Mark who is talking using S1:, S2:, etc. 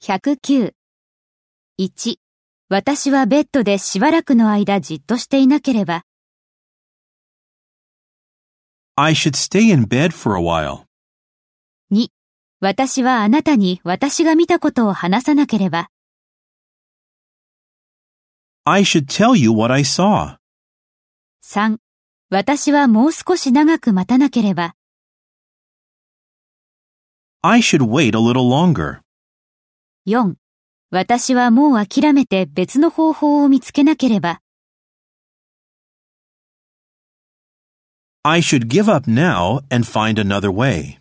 S1: 109。1. 私はベッドでしばらくの間じっとしていなければ、
S2: I should stay in bed for a while.
S1: 2. 私はあなたに私が見たことを話さなければ、
S2: I should tell you what I saw.
S1: 3. 私はもう少し長く待たなければ、
S2: I should wait a little longer.
S1: 4. 私はもう諦めて別の方法を見つけなければ、
S2: I should give up now and find another way.